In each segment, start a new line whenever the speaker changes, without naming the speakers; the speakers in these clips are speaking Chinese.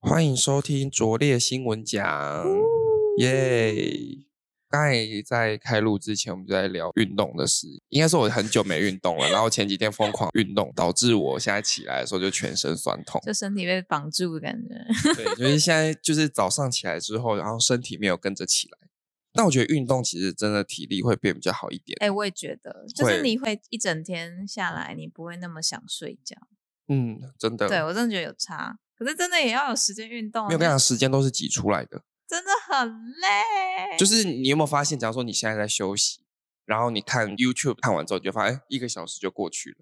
欢迎收听拙劣新闻奖，
哦
耶！刚才在开录之前，我们就在聊运动的事。应该是我很久没运动了，然后前几天疯狂运动，导致我现在起来的时候就全身酸痛。
就身体被绑住的感觉。
对，就是现在就是早上起来之后，然后身体没有跟着起来。但我觉得运动其实真的体力会变比较好一点。
哎、我也觉得，就
会
是你会一整天下来，你不会那么想睡觉。
嗯，真的。
对我真的觉得有差，可是真的也要有时间运动啊，
没有跟你讲，时间都是挤出来的。
真的很累。
就是你有没有发现，假如说你现在在休息，然后你看 YouTube 看完之后，你就发现哎一个小时就过去了。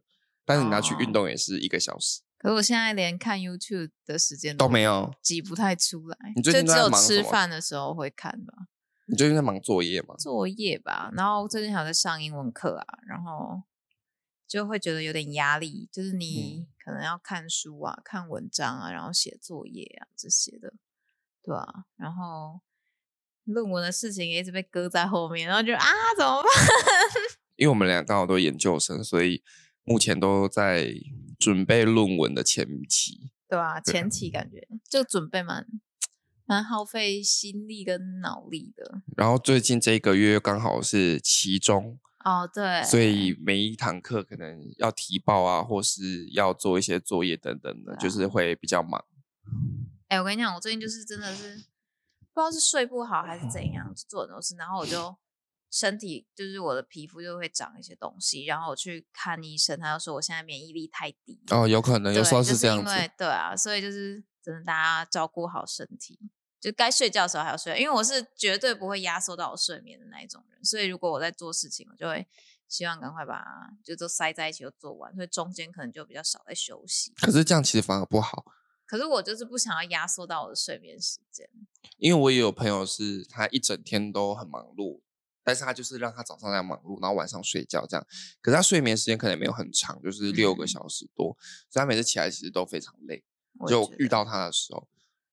但是你拿去运
哦
动也是一个小时，
可是我现在连看 YouTube 的时间
都没有
挤不太出来，
你
就
最近都
只
在
有
忙什
吃
么
饭的时候会看吧，
你最近在忙作业吗？
作业吧。然后最近还有在上英文课啊，然后就会觉得有点压力，就是你可能要看书啊、看文章啊，然后写作业啊这些的，对啊。然后论文的事情也一直被搁在后面，然后就啊怎么办？
因为我们俩刚好都研究生，所以目前都在准备论文的前期。
对啊，
对
前期感觉就准备蛮蛮耗费心力跟脑力的。
然后最近这一个月刚好是期中，
哦，对，
所以每一堂课可能要提报啊，或是要做一些作业等等的，
对啊
就是会比较忙。
哎、我跟你讲，我最近就是真的是不知道是睡不好还是怎样，就做很多事，然后我就身体就是我的皮肤就会长一些东西，然后我去看医生，他就说我现在免疫力太低，
哦，有可能
对，
有时候
就是
这样
因
子。
为对啊，所以就是真的大家照顾好身体，就该睡觉的时候还要睡，因为我是绝对不会压缩到我睡眠的那一种人，所以如果我在做事情，我就会希望赶快把就都塞在一起就做完，所以中间可能就比较少在休息。
可是这样其实反而不好，
可是我就是不想要压缩到我的睡眠时间。
因为我也有朋友是他一整天都很忙碌，但是他就是让他早上在忙碌，然后晚上睡觉这样。可是他睡眠时间可能没有很长，就是六个
嗯
小时多，所以他每次起来其实都非常累。
我也
就
觉
遇
得
到他的时候，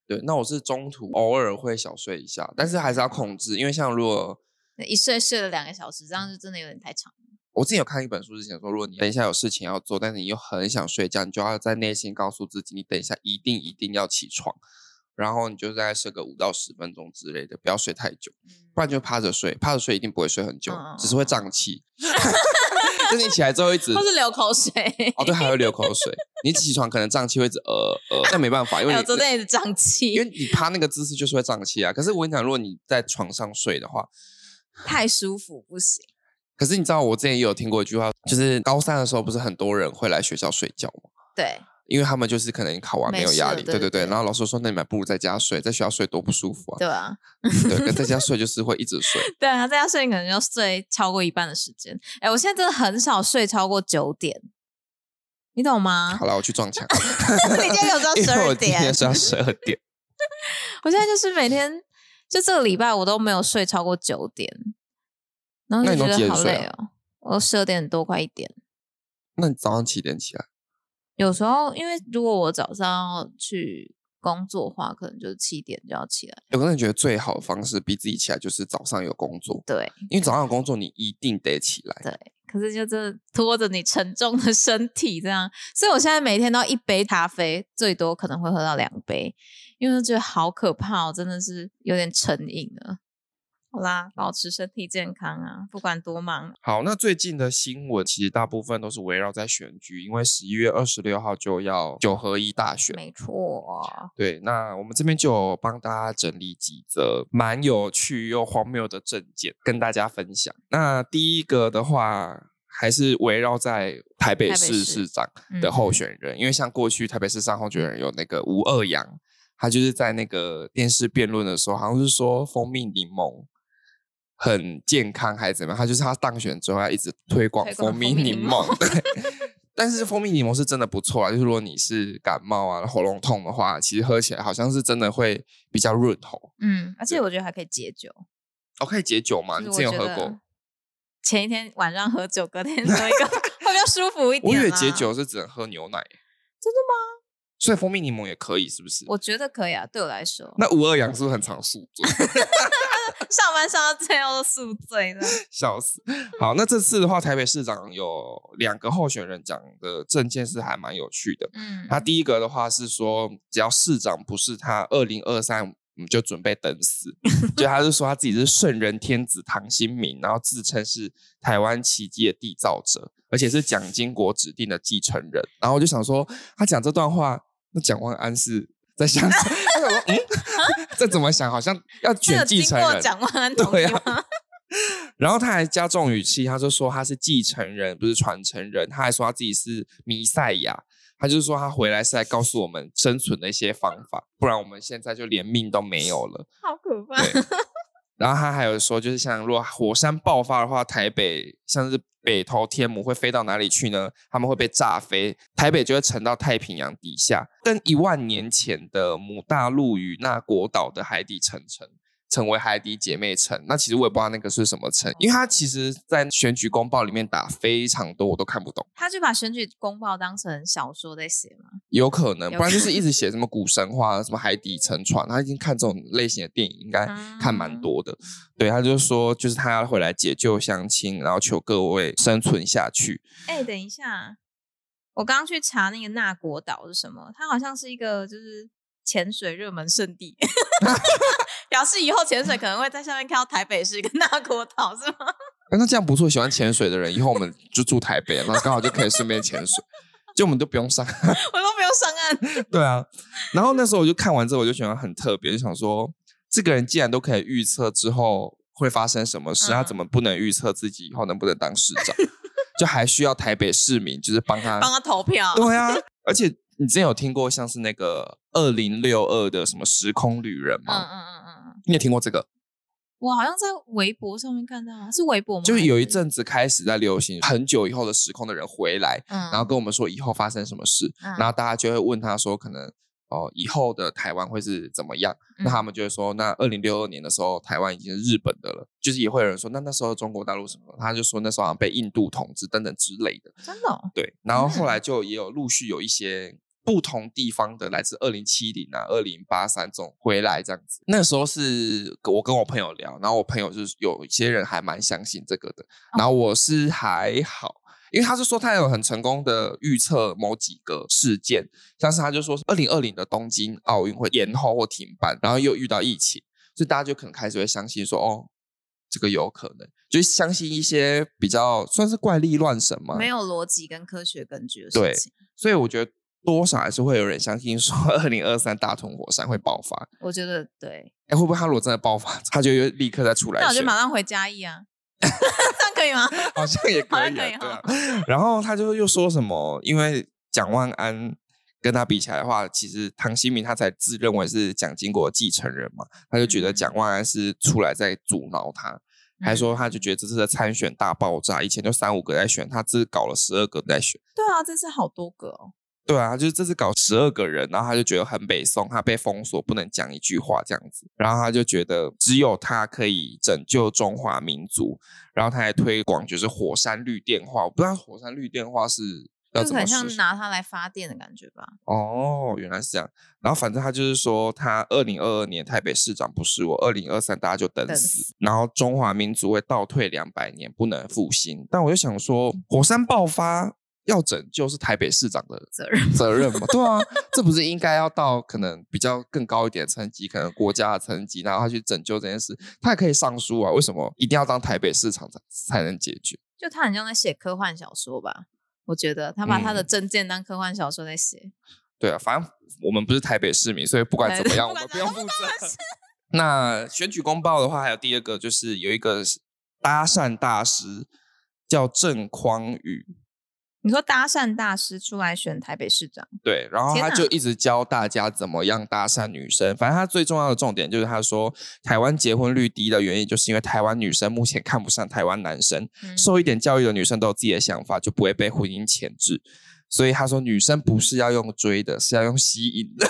对，那我是中途偶尔会小睡一下，但是还是要控制，因为像如果
那一睡睡了两个小时，这样就真的有点太长了。
我之前有看一本书，之前说，如果你等一下有事情要做，但是你又很想睡觉，你就要在内心告诉自己，你等一下一定一定要起床，然后你就大概睡个五到十分钟之类的，不要睡太久，不
嗯
然就趴着睡，趴着睡一定不会睡很久，
嗯嗯
只是会胀气。 就是你起来之后一直
或是流口水。
哦，对，还会流口水。你起床可能胀气会一直呃呃，但没办法，因为
还有
你
哎昨天也是胀
因为
气，
你趴那个姿势就是会胀气啊。可是我跟你讲，如果你在床上睡的话，
太舒服不行。
可是你知道我之前也有听过一句话，就是高三的时候不是很多人会来学校睡觉吗？
对，
因为他们就是可能考完没
没
有
事
压
了
力，
对
对对
对
对。
对
然后老师说，那你们不如在家睡，在学校睡多不舒服啊。
对啊，
对，跟在家睡就是会一直 睡。
对啊，在家睡可能要睡超过一半的时间。哎，我现在真的很少睡超过九点，你懂吗
好？了，我去撞墙。
你今天有到
因
啊十
为
二
我今
点
天，是要十二点。
我现在就是每天就这个礼拜我都没有睡超过九点，然后
那
就
你
觉
都几
得
点
好
睡啊
累哦。我十二点多快一点，
那你早上几点起来？
有时候因为如果我早上要去工作的话，可能就是七点就要起来。
我个人觉得最好的方式逼自己起来就是早上有工作，
对，
因为早上有工作你一定得起来。
可是就真的拖着你沉重的身体这样，所以我现在每天都一杯咖啡，最多可能会喝到两杯，因为我觉得好可怕、哦，真的是有点成瘾了。好啦，保持身体健康啊，不管多忙，
好，那最近的新闻其实大部分都是围绕在选举，因为十一月二十六号就要九合一大选。
没错，
对，那我们这边就有帮大家整理几则蛮有趣又荒谬的证件跟大家分享。那第一个的话，还是围绕在台北
台北
市
市
市长
嗯
的候选人，因为像过去台北市上候选人有那个吴二阳，他就是在那个电视辩论的时候，好像是说蜂蜜柠檬很健康还是怎么样，他就是他当选之后要一直推广
推广
蜂蜜
蜂蜜
柠
柠
檬，对。但是蜂蜜柠檬是真的不错啊，就是如果你是感冒啊、喉咙痛的话，其实喝起来好像是真的会比较润喉。
嗯，而且我觉得还可以解酒，
哦，可以解酒吗？
就
你之
是
前有
我觉
喝
得
过？
前一天晚上喝酒，隔天喝一个 会比较舒服一
我以
点、啊。
为解，酒是只能喝牛奶，
真
的吗？所以蜂蜜柠檬也可以，是不是？
我觉得可以啊，对我来说，
那五二阳是不是很常宿醉？
上班上到最后都宿醉了。
笑死！好，那这次的话，台北市长有两个候选人讲的证件是还蛮有趣的。
嗯，
他第一个的话是说，只要市长不是他，二零二三嗯就准备等死。就他是说他自己是圣人天子唐新民，然后自称是台湾奇迹的缔造者，而且是蒋经国指定的继承人。然后我就想说，他讲这段话，那蒋万安是在想什么， 他想说，嗯，这怎么想？好像要
这有
选继
经
承
过
人。
蒋万安 同
对啊
意
呀、
吗？
然后他还加重语气，他就说他是继承人，不是传承人。他还说他自己是弥赛亚，他就是说他回来是来告诉我们生存的一些方法，不然我们现在就连命都没有了。
好可怕！
对，然后他还有说，就是像如果火山爆发的话，台北像是北投、天母会飞到哪里去呢？他们会被炸飞，台北就会沉到太平洋底下，跟一万年前的母大陆与那国岛的海底沉沉。成为海底姐妹城，那其实我也不知道那个是什么城，因为它其实，在选举公报里面打非常多，我都看不懂，
他就把选举公报当成小说在写嘛。
有可能，
有
不然就是一直写什么古神话、啊什么海底沉船，他已经看这种类型的电影，应该哎看蛮
嗯
多的。对，他就说，就是他会来解救乡亲，然后求各位生存下去。
哎、等一下，我刚刚去查那个纳国岛是什么，它好像是一个就是潜水热门 圣地，表示以后潜水可能会在下面看到台北市跟纳国岛是吗？
哎那那这样不错，喜欢潜水的人，以后我们就住台北，然后刚好就可以顺便潜水，就我们都不用 上。
我都不用上岸，
对啊， 然后那时候我就看完之后，我就觉得很特别，就想说，这个人既然都可以预测之后会发生什么事，他
嗯
怎么不能预测自己以后能不能当市长？ 就还需要台北市民就是帮他
帮他投票。
啊对啊，而且你之前有听过像是那个二零六二的什么时空旅人
嗯
吗？
嗯嗯嗯嗯，
你有听过这个？
我好像在微博上面看到啊，是微博吗？
就
还
有一
是，
阵子开始在流行，很久以后的时空的人回来，
嗯，
然后跟我们说以后发生什么事，
嗯
然后大家就会问他说，可能哦以后的台湾会是怎么样？
嗯
那他们就会说，那二零六二年的时候，台湾已经是日本的了，就是也会有人说，那那时候中国大陆什么？他就说那时候好像被印度统治等等之类的。
真的哦、
对，然后后来就也有陆续有一些不同地方的，来自二零七零啊、二零八三这种回来这样子。那时候是我跟我朋友聊，然后我朋友就是有一些人还蛮相信这个的，然后我是还好。因为他是说他有很成功的预测某几个事件，像是他就说二零二零的东京奥运会延后或停办，然后又遇到疫情，所以大家就可能开始会相信说哦，这个有可能，就是相信一些比较算是怪力乱神嘛，
没有逻辑跟科学根据的
对
事情，
所以我觉得多少还是会有人相信说， 二零二三大同火山会爆发。
我觉得对。
哎，会不会他如果真的爆发，他就又立刻再出来
那我就
选？
马上回嘉义啊， 这样可以吗？
好像也可
好像
以
可
啊，
以
对啊。然后他就又说什么，因为蒋万安跟他比起来的话，其实唐新民他才自认为是蒋经国的继承人嘛，他就觉得
嗯
蒋万安是出来在阻挠他。还说，他就觉得这次的参选大爆炸，以前就三五个在选，他只搞了十二个在选。
对啊，这次好多个哦，
对啊，就是这次搞十二个人，然后他就觉得很北宋，他被封锁，不能讲一句话这样子，然后他就觉得只有他可以拯救中华民族，然后他还推广就是火山绿电话，我不知道火山绿电话是要
就
怎
很
么
像
实施
拿它来发电的感觉吧。
哦，原来是这样。然后反正他就是说，他二零二二年台北市长不是我，二零二三大家就等
等
死，然后中华民族会倒退两百年，不能复兴。但我就想说，火山爆发。要拯救是台北市长的
责任。
责任嘛，对 啊，这不是应该要到可能比较更高一点的层级，可能国家的层级，然后他去拯救这件事，他也可以上书啊，为什么一定要当台北市场才才能解决？
就他很像在写科幻小说吧？我觉得他把他的
嗯
证件当科幻小说在写。
对啊，反正我们不是台北市民，所以不管怎么 样，
对
我们
不
不
管
用
怎
负
么
责。 那选举公报的话，还有第二个就是有一个是搭讪大师叫郑匡宇，
你说搭讪大师出来选台北市长，
对，然后
天
他
哪
就一直教大家怎么样搭讪女生。反正他最重要的重点就是他说，台湾结婚率低的原因，就是因为台湾女生目前看不上台湾男生，
嗯
受一点教育的女生都有自己的想法，就不会被婚姻牵制。所以他说，女生不是要用追的，是要用吸引的。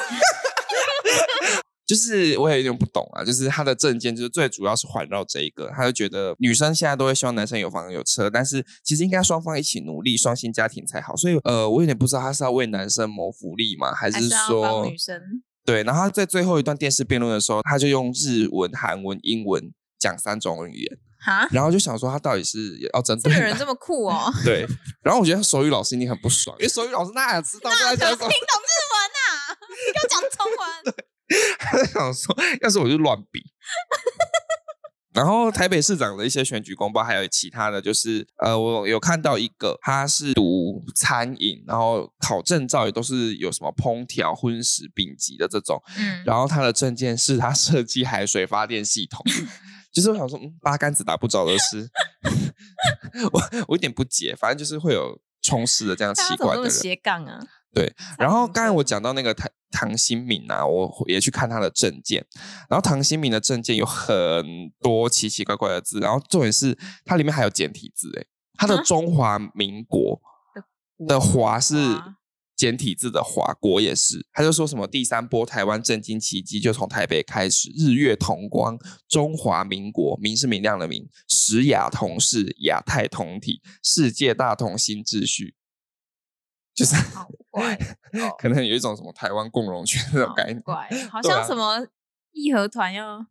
就是我也有点不懂啊，就是他的证件就是最主要是环绕这一个，他就觉得女生现在都会希望男生有房有车，但是其实应该双方一起努力，双薪家庭才好。所以呃，我有点不知道他是要为男生谋福利吗，还
还
是
是要帮
说
女生？
对？然后他在最后一段电视辩论的时候，他就用日文、韩文、英文。讲三种语言，
哈，
然后就想说他到底是要针
这
对
个人
哪
这么酷哦，
对，然后我觉得手语老师一定很不爽，因为手语老师那哪知道 他在 讲什
想听懂日文
么？
呐、 你给我讲 中文，
他在 想说，要是我就乱比。然后台北市长的一些选举公报，还有其他的就是，呃，我有看到一个，他是读餐饮，然后考证照也都是有什么烹调、荤食丙级的这种，
嗯，
然后他的证件是他设计海水发电系统， 就是我想说，嗯八竿子打不着的事， 我我有点不解，反正就是会有充斥的这样
大
奇
家怎么
怪
那
的
么
人。
斜杠啊？
对，然后刚才
我
我讲到那个唐唐新敏啊，我也去看他的证件，然后唐新敏的证件有很多奇奇怪怪的字，然后重点是它里面还有简体字，诶，它的
啊
中华民国的华是
华
简体字的华，国也是，他就说什么第三波台湾震惊奇迹就从台北开始，日月同光，中华民国，明是明亮的明，时雅同世，亚太同体，世界大同新秩序，就是。
好 怪哦
可能有一种什么台湾共荣圈那种
好
概念。
哦怪，好
对
像
啊
什么义和团要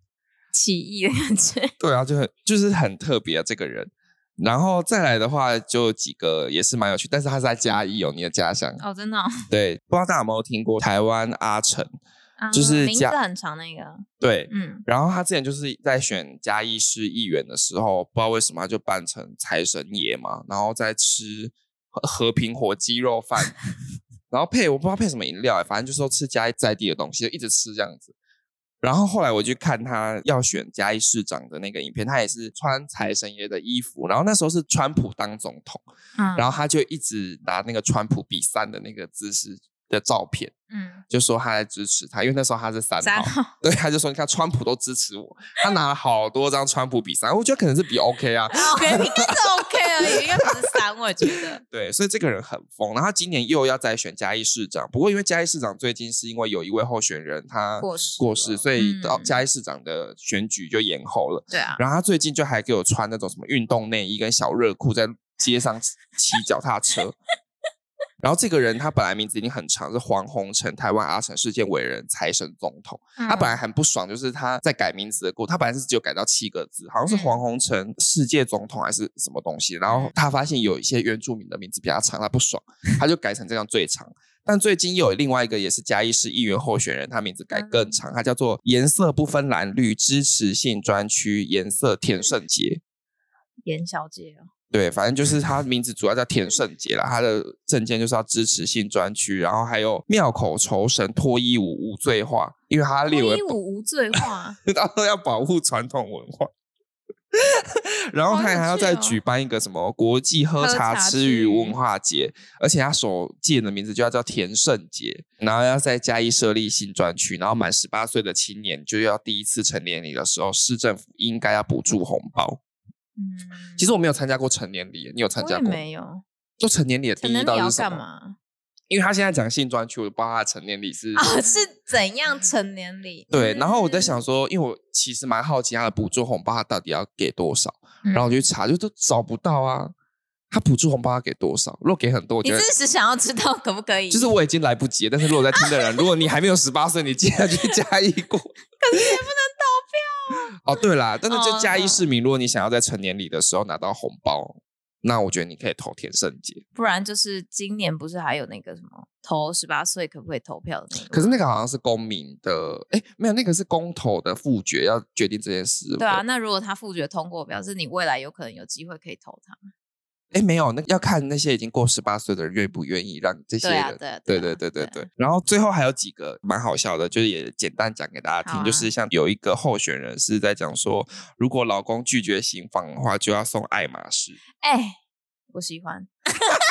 起义的感觉。
对啊，就很就是很特别、啊、这个人。然后再来的话，就有几个也是蛮有趣，但是他是在嘉义哦，你的家乡。
哦，真的哦、
对，不知道大家有没有听过台湾阿成？
啊
就是
名字
加
很长那个，
对，
嗯，
然后他之前就是在选嘉义市议员的时候，不知道为什么他就扮成财神爷嘛，然后在吃和和平火鸡肉饭，然后配我不知道配什么饮料、欸反正就是说吃嘉义在地的东西，就一直吃这样子。然后后来我去看他要选嘉义市长的那个影片，他也是穿财神爷的衣服，然后那时候是川普当总统，
嗯
然后他就一直拿那个川普比三的那个姿势的照片，
嗯，
就说他在支持他，因为那时候他是三
三
号。
号，
对，他就说你看川普都支持我，他拿了好多张川普比赛，我觉得可能是比 OK 啊。
我觉得应该是哦 OK 而已，应该不是三，我觉 得。
对，所以这个人很疯。然后他今年又要再选嘉义市长，不过因为嘉义市长最近是因为有一位候选人他
过世
过
了
世，所以到
嗯
嘉义市长的选举就延后了。
对啊，
然后他最近就还给我穿那种什么运动内衣跟小热裤，在街上骑骑脚踏车。然后这个人他本来名字已经很长，是黄宏成，台湾阿成事件伟人财神总统。
嗯
他本来很不爽，就是他在改名字的过程，他本来是只有改到七个字，好像是黄宏成世界总统还是什么东西。然后他发现有一些原住民的名字比较长，他不爽，他就改成这样最长。但最近又有另外一个也是嘉义市议员候选人，他名字改更长，他叫做颜色不分蓝绿支持性专区颜色田胜杰。
严小姐哦，
对，反正就是他名字主要叫田胜杰啦，他的证件就是要支持性专区，然后还有庙口酬神脱衣舞无罪化，因为他列为
一五无罪化，
他说要保护传统文化。然后
好
他
有
还要
趣
再
哦
举办一个什么国际喝
喝
茶
茶
吃
之
鱼文
余
化节，而且他首届的名字就要叫田胜节，然后要在嘉义设立新专区，然后满十八岁的青年就要第一次成年礼的时候，市政府应该要补助红包。
嗯，
其实我没有参加过成年礼，你有参
我
加
也
过？
没有，
就成年礼的
可
第
能
一
你
道
要
是什
干
么？
嘛
因为他现在讲性专区，我就不知道他的成年礼是
啊？是怎样成年礼？
对，然后我在
嗯
想，说，因为我其实蛮好奇他的补助红包他到底要给多少，然
嗯
后我就去查，就都找不到啊。他补助红包要给多少？如果给很多，我
你
觉得
真是想要知道可不可以？
就是我已经来不及了。但是如果在听的人，如果你还没有十八岁，你竟然去嘉义过，
可是也不能啊
哦，对啦，但是就
哦
嘉义市民，如果你想要在成年礼的时候拿到红包，那我觉得你可以投田圣节。
不然就是今年不是还有那个什么投十八岁可不可以投票的那个吗？
可是那个好像是公民的，哎，没有，那个是公投的复决要决定这件事。
对啊，，那如果他复决通过，表示你未来有可能有机会可以投他。
哎，没有，那要看那些已经过十八岁的人愿不愿意让这些
对啊
人，
对啊
对
对啊
对对对
对
对。然后最后还有几个蛮好笑的，就是也简单讲给大家听，
好啊
就是像有一个候选人是在讲说，如果老公拒绝行房的话，就要送爱马仕。
哎、我喜欢，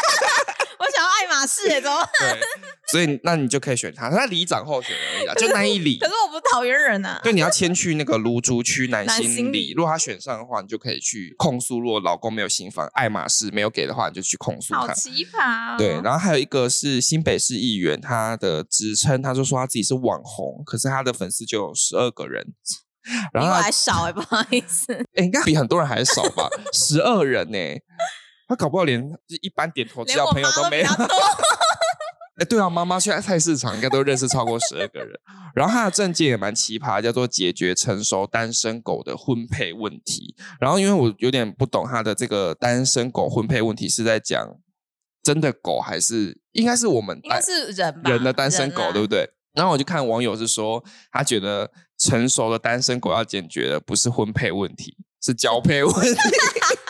我想要爱马仕耶，怎么办？
对，所 以那你就可以选他，他里长候选人而已啦，就那一里
可。是我不是桃园人 呐、啊。
对，你要迁去那个芦竹区南
南
新
新
里，
里
如果他选上的话，你就可以去控诉。如果老公没有行房，爱马仕没有给的话，你就去控诉
好
他。
奇葩、哦！
对，然后还有一个是新北市议员，他的职称，他就说他自己是网红，可是他的粉丝就有十二个人，然后
比我
他
还少哎、不好意思，
诶应该比很多人还少吧，十二人呢、他搞不好连一般点头之
连
交
我
朋友
妈
都
都
没
比
有
他，多。
哎，对啊，妈妈去菜市场应该都认识超过十二个人。然后他的证件也蛮奇葩，叫做解决成熟单身狗的婚配问题。然后因为我有点不懂他的这个单身狗婚配问题是在讲真的狗还是应该是我们
应该
单
是人吧？
哎人的单身狗，
啊
对不对？然后我就看网友是说，他觉得成熟的单身狗要解决的不是婚配问题，是交配问题。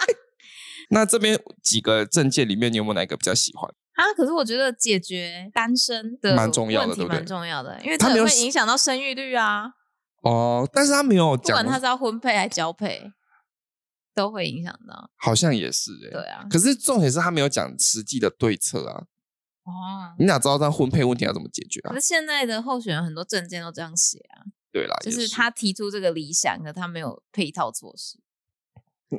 那这边几个证件里面，你有没有哪一个比较喜欢？
啊，可是我觉得解决单身的
蛮重要的
问题
对不对
蛮重要的，因为
他
这
没有
会
写
影响到生育率啊。
哦，但是他没有
不管
讲，
他是要婚配还是交配，都会影响到。
好像也是哎、
对啊，
可是重点是他没有讲实际的对策啊，
哦，
你哪知道这样婚配问题要怎么解决啊
可？是现在的候选人很多证件都这样写啊，
对啦，
就
也
是
是
他提出这个理想，可他没有配套措施。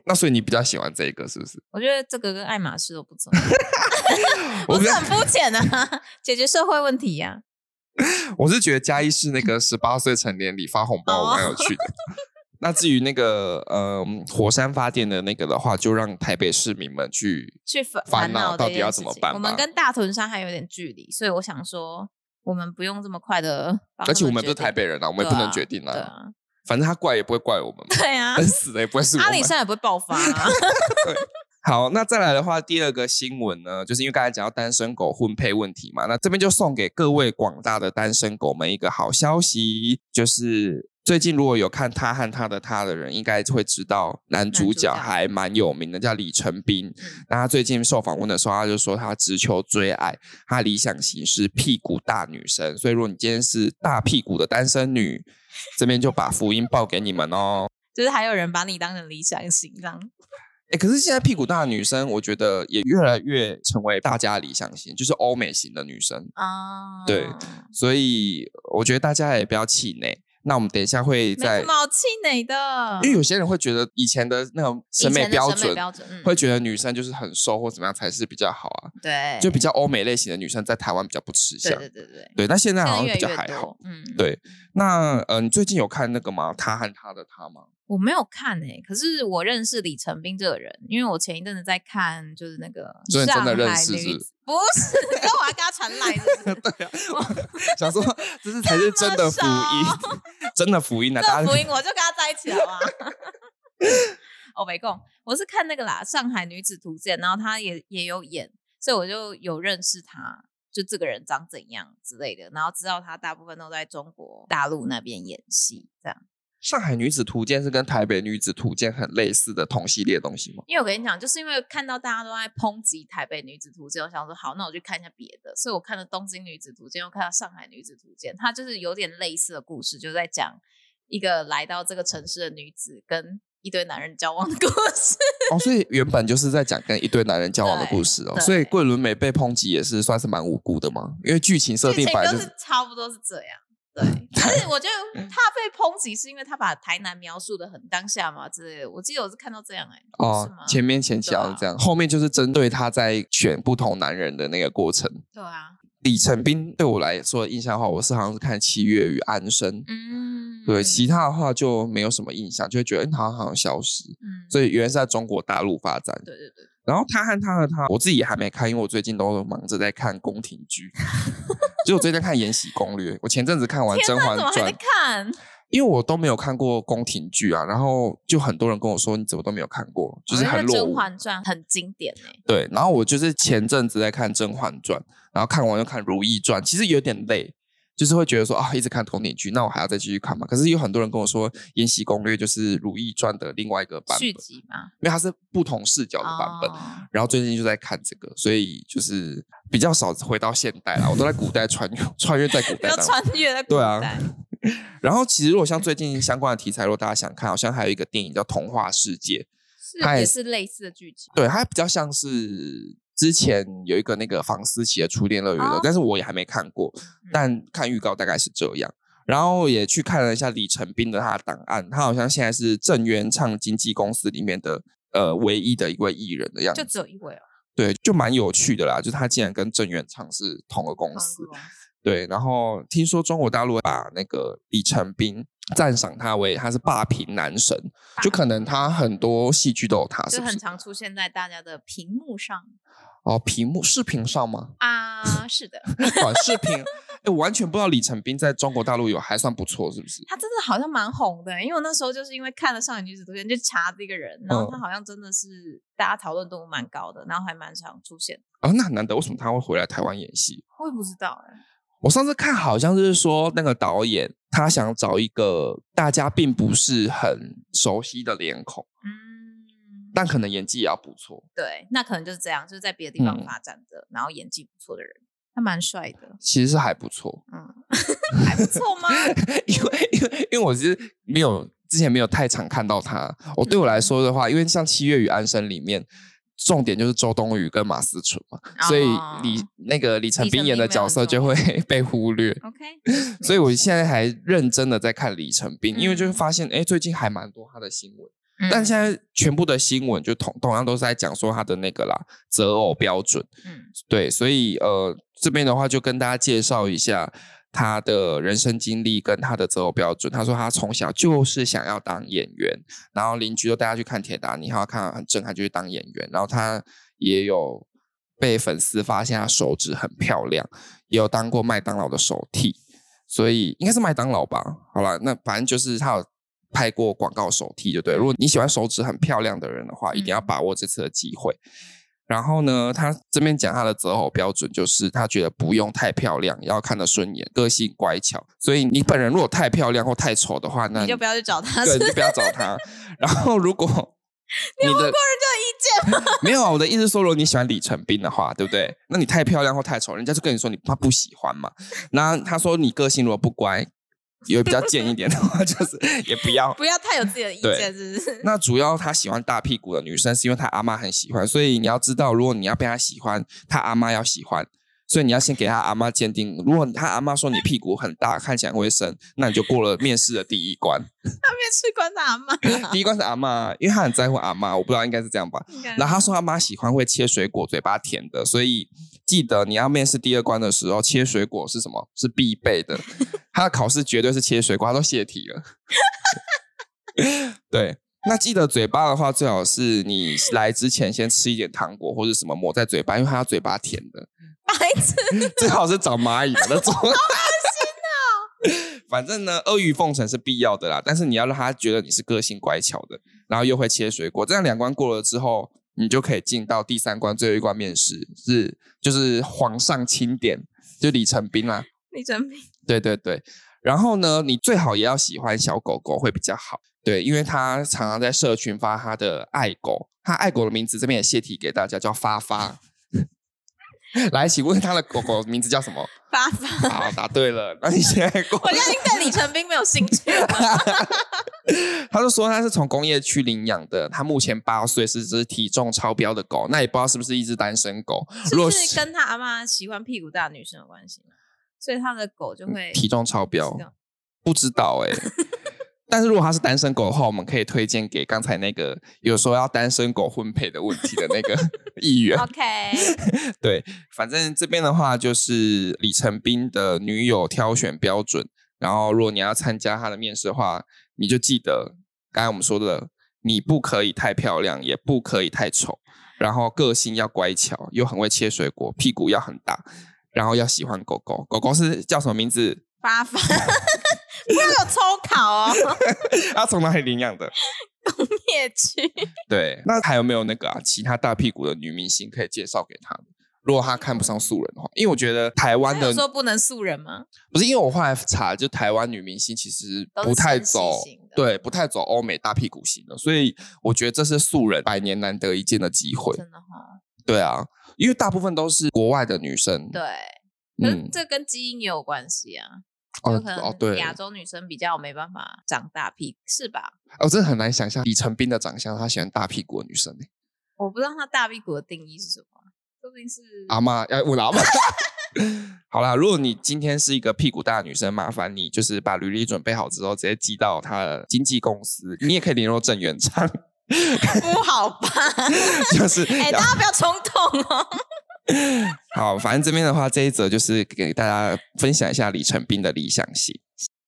那所以你比较喜欢这一个是不是？
我觉得这个跟爱马仕都不 重要，我
比
是
较
很肤浅啊， 解决社会问题呀、
我是觉得嘉义市那个十八岁成年礼发红
哦
包我蛮有趣的。 那至于那个呃火山发电的那个的话，就让台北市民们去
去烦
烦恼
恼
到
这
底
件
要
事
怎么
情
办
我们
吧
跟大屯山还有点距离，所以我想说，我们不用这么快的。
而且我们不是台北，人啊，我
我
们也不能决定
啊。对啊，
反正他怪也不会怪我们 嘛，
对啊
但，死的也不会是我
阿里
们。
山也不会爆发、啊。
好，那再来的话，第二个新闻呢，就是因为刚才讲到单身狗婚配问题嘛，那这边就送给各位广大的单身狗们一个好消息，就是最近如果有看《他和他的他》的人，应该会知道男主
主角
角还蛮有名的，叫李成斌。
嗯
那他最近受访问的时候，他就说他直求追爱，他理想型是屁股大女生，所以如果你今天是大屁股的单身女，这边就把福音报给你们哦。
就是还有人把你当成理想型这样。
哎、可是现在屁股大的女生，我觉得也越来越成为大家的理想型，就是欧美型的女生。
啊，
对所以我觉得大家也不要气馁。那我们等一下会
没
在
什，么好气馁的，
因为有些人会觉得以前的那种审
以前
美
的
标
审
准，
美标准，嗯
会觉得女生就是很瘦或怎么样才是比较好啊，
对，
就比较欧美类型的女生在台湾比较不吃
对
香。
对对对，
对，但现在
现
好
在
像
越
比
来
较
越
还
多
好。，
嗯，
对那呃，你最近有看那个吗？他和他的他吗？
我没有看诶、可是我认识李成斌这个人，因为我前一阵子在看，就是那个
所以
上
你真的
海女
认识是不是啊
子 不是，你知道我还跟他传来， 是不是
想说这 是才是真的福音，真的福音啊！大
这
家
福音我就跟他在一起了啊。我没空，我是看那个啦，《上海女子图鉴》，然后他也也有演，所以我就有认识他，就这个人长怎样之类的，然后知道他大部分都在中国大陆那边演戏这样。
上海女子图鉴是跟台北女子图鉴很类似的同系列东西吗？
因为我跟你讲，就是因为看到大家都在抨击台北女子图鉴，我想说好，那我去看一下别的，所以我看了东京女子图鉴，又看了上海女子图鉴，它就是有点类似的故事，就在讲一个来到这个城市的女子跟一堆男人交往的故事。
哦，所以原本就是在讲跟一堆男人交往的故事哦。
对对
所以桂纶镁被抨击也是算是蛮无辜的嘛，因为剧情设
剧
定
情
本来
都
就是嗯
是差不多是这样。对， 但是我觉得他被抨击是因为他把台南描述的很当下嘛之类的。我记得我是看到这样哎、
哦
是吗，？
前面前期好啊
啊
像是这样，后面就是针对他在选不同男人的那个过程。
对啊，
李成斌对我来说印象的话，我是好像是看《七月与安生》
嗯，
对其他的话就没有什么印象，就会觉得嗯，好像好像消失。
嗯，
所以原来是在中国大陆发展。
对对对，
然后他和他和他，我自己也还没看，因为我最近都忙着在看宫廷 剧，就我最近在看《延禧攻略》，我前阵子看完《甄
天
嬛
哪，怎么还
传
在》，看？
因为我都没有看过宫廷剧啊，然后就很多人跟我说你怎么都没有看过，就是
我觉得
很
《
落
哦甄
伍。
嬛传》很经典哎、
对，然后我就是前阵子在看《甄嬛传》，然后看完又看《如懿传》，其实有点累，就是会觉得说啊，一直看宫廷剧，那我还要再继续看嘛？可是有很多人跟我说，《延禧攻略》就是《如懿传》的另外一个版本，
续
因
集嘛，
为它是不同视角的版本。
哦
然后最近就在看这个，所以就是比较少回到现代啦，我都在古代穿越，穿越在古代
要
当中。
穿越在古
对啊
代，
然后其实如果像最近相关的题材，如果大家想看，好像还有一个电影叫《童话世界
是
它也
也是类似的剧情》，。
对，它比较像是之前有一个那个房思琪的《初恋乐园》的
哦，嗯
但是我也还没看过，但看预告大概是这样。然后也去看了一下李成斌的他的档案，他好像现在是郑元畅经纪公司里面的呃唯一的一位艺人的样子
就，只有一位哦，
对，就蛮有趣的啦。就他竟然跟郑元畅是啊同个公司，
韩国
对。然后听说中国大陆把那个李成斌赞赏他为他是霸屏男神，就可能他很多戏剧都有他，是
就
不
很
是？
常出现在大家的屏幕上。
哦，屏幕视频上吗？
啊，是的，
短视频，哎，我完全不知道李成斌在中国大陆有还算不错，是不是？
他真的好像蛮红的，因为我那时候就是因为看了《少女女子图鉴》，就查这个人，然
嗯
后他好像真的是大家讨论度蛮高的，然后还蛮常出现的。
啊，那很难得，为什么他会回来台湾演戏？
我也不知道哎、
我上次看好像是说那个导演他想找一个大家并不是很熟悉的脸孔，
嗯，
但可能演技也要不错。
对，那可能就是这样，就是在别的地方
嗯
发展的，然后演技不错的人，他蛮帅的，
其实是还不错，
嗯，还不错吗？
因为因为因为我是没有之前没有太常看到他。我对我
嗯
来说的话，因为像《七月与安生》里面，重点就是周冬雨跟马思纯嘛， 所以
哦
李那个李成
李
斌
成
演的
斌没有
角
很
色就
重嗯
会 被忽略。
OK，
所以我现在还认真的在看李成斌，因为就是
嗯
发现哎，诶最近还蛮多他的新闻，但
嗯
现在全部的新闻就同同样都是在讲说他的那个啦择偶标准，
嗯
对，所以呃这边的话就跟大家介绍一下他的人生经历跟他的择偶标准。他说他从小就是想要当演员，然后邻居都带他去看铁达尼号，看很震撼，就去当演员。然后他也有被粉丝发现他手指很漂亮，也有当过麦当劳的手替，所以应该是麦当劳吧。好了，那反正就是他有。拍过广告手替，就对了。如果你喜欢手指很漂亮的人的话，一定要
嗯
把握这次的机会。然后呢，他这边讲他的择偶标准就是他觉得不用太漂亮，要看得顺眼，个性乖巧。所以你本人如果太漂亮或太丑的话，那
你就不要去找他，
对，
是
你就不要找 他。然后如果你的
人家有意见吗？
没有啊，我的意思是说，如果你喜欢李成斌的话，对不对？那你太漂亮或太丑，人家就跟你说你他不喜欢嘛。那他说你个性如果不乖，有比较贱一点的话， 就是也不要。
不要太有自己的意
对
见，是不 是？
那主要他喜欢大屁股的女生，是因为他阿妈很喜欢，所以你要知道，如果你要被他喜欢，他阿妈要喜欢，所以你要先给他阿妈鉴定。如果他阿妈说你屁股很大，看起来很会生，那你就过了面试的第一关。
他没有去观察嘛，
第一关是阿妈，因为他很在乎阿妈，我不知道应该是这样吧。
应该
然后他说他妈喜欢会切水果，嘴巴甜的，所以记得你要面试第二关的时候，切水果是什么？是必备的。他的考试绝对是切水果，他都泄题了。对，那记得嘴巴的话，最好是你来之前先吃一点糖果或者什么抹在嘴巴，因为他要嘴巴甜的。
白痴，
最好是长蚂蚁的那 种。好恶哦心哦！ 反正呢，阿谀奉承是必要的啦，但是你要让他觉得你是个性乖巧的，然后又会切水果，这样两关过了之后，你就可以进到第三关最后一关面试，是就是皇上钦点，就李成斌啦。
李成斌，
对对对。然后呢，你最好也要喜欢小狗狗会比较好，对，因为他常常在社群发他的爱狗，他爱狗的名字这边也泄题给大家，叫发发。 来，请问他的狗狗名字叫什么？
发发。
好，答对了。那你现在过
我现在已经对李成斌没有兴趣了。
他就说他是从工业区领养的，他目前八岁，是只体重超标的狗，那也不知道是不是一只单身狗。
是
如
不
果
是跟他阿妈喜欢屁股大的女生有关系？所以他的狗就会
体重超标
是这，样
不知道 哎、但是如果他是单身狗的话，我们可以推荐给刚才那个有说要单身狗婚配的问题的那个 议员。
OK，
对，反正这边的话就是李成斌的女友挑选标准。然后，如果你要参加他的面试的话，你就记得刚才我们说的，你不可以太漂亮，也不可以太丑，然后个性要乖巧，又很会切水果，屁股要很大，然后要喜欢狗狗。狗狗是叫什么名字？
发发， 不要有抽考哦，
它啊从哪里领养的？
灭区。
对，那还有没有那个啊？其他大屁股的女明星可以介绍给他们？如果他看不上素人的话，因为我觉得台湾
他
的
有说不能素人吗？
不是因为我后来查，就台湾女明星其实
都是
不太
纤细
走
型的，
对，不太走欧美大屁股型的，所以我觉得这是素人百年难得一见的机会。
真的哈，
对啊，因为大部分都是国外的女生，
对，可是
嗯，
这跟基因也有关系啊，
哦
就可
哦，对
能，亚洲女生比较没办法长大屁，是吧？
哦，真的很难想象李成斌的长相，他喜欢大屁股的女生欸。
我不知道她大屁股的定义是什么，说不定是
阿妈要问阿 妈。好啦，如果你今天是一个屁股大的女生，麻烦你就是把履历准备好之后，直接寄到他的经纪公司。你也可以联络郑元畅，
不好吧？
就是
哎，
要
大家不要冲动哦。
好，反正这边的话，这一则就是给大家分享一下李成斌的理想型。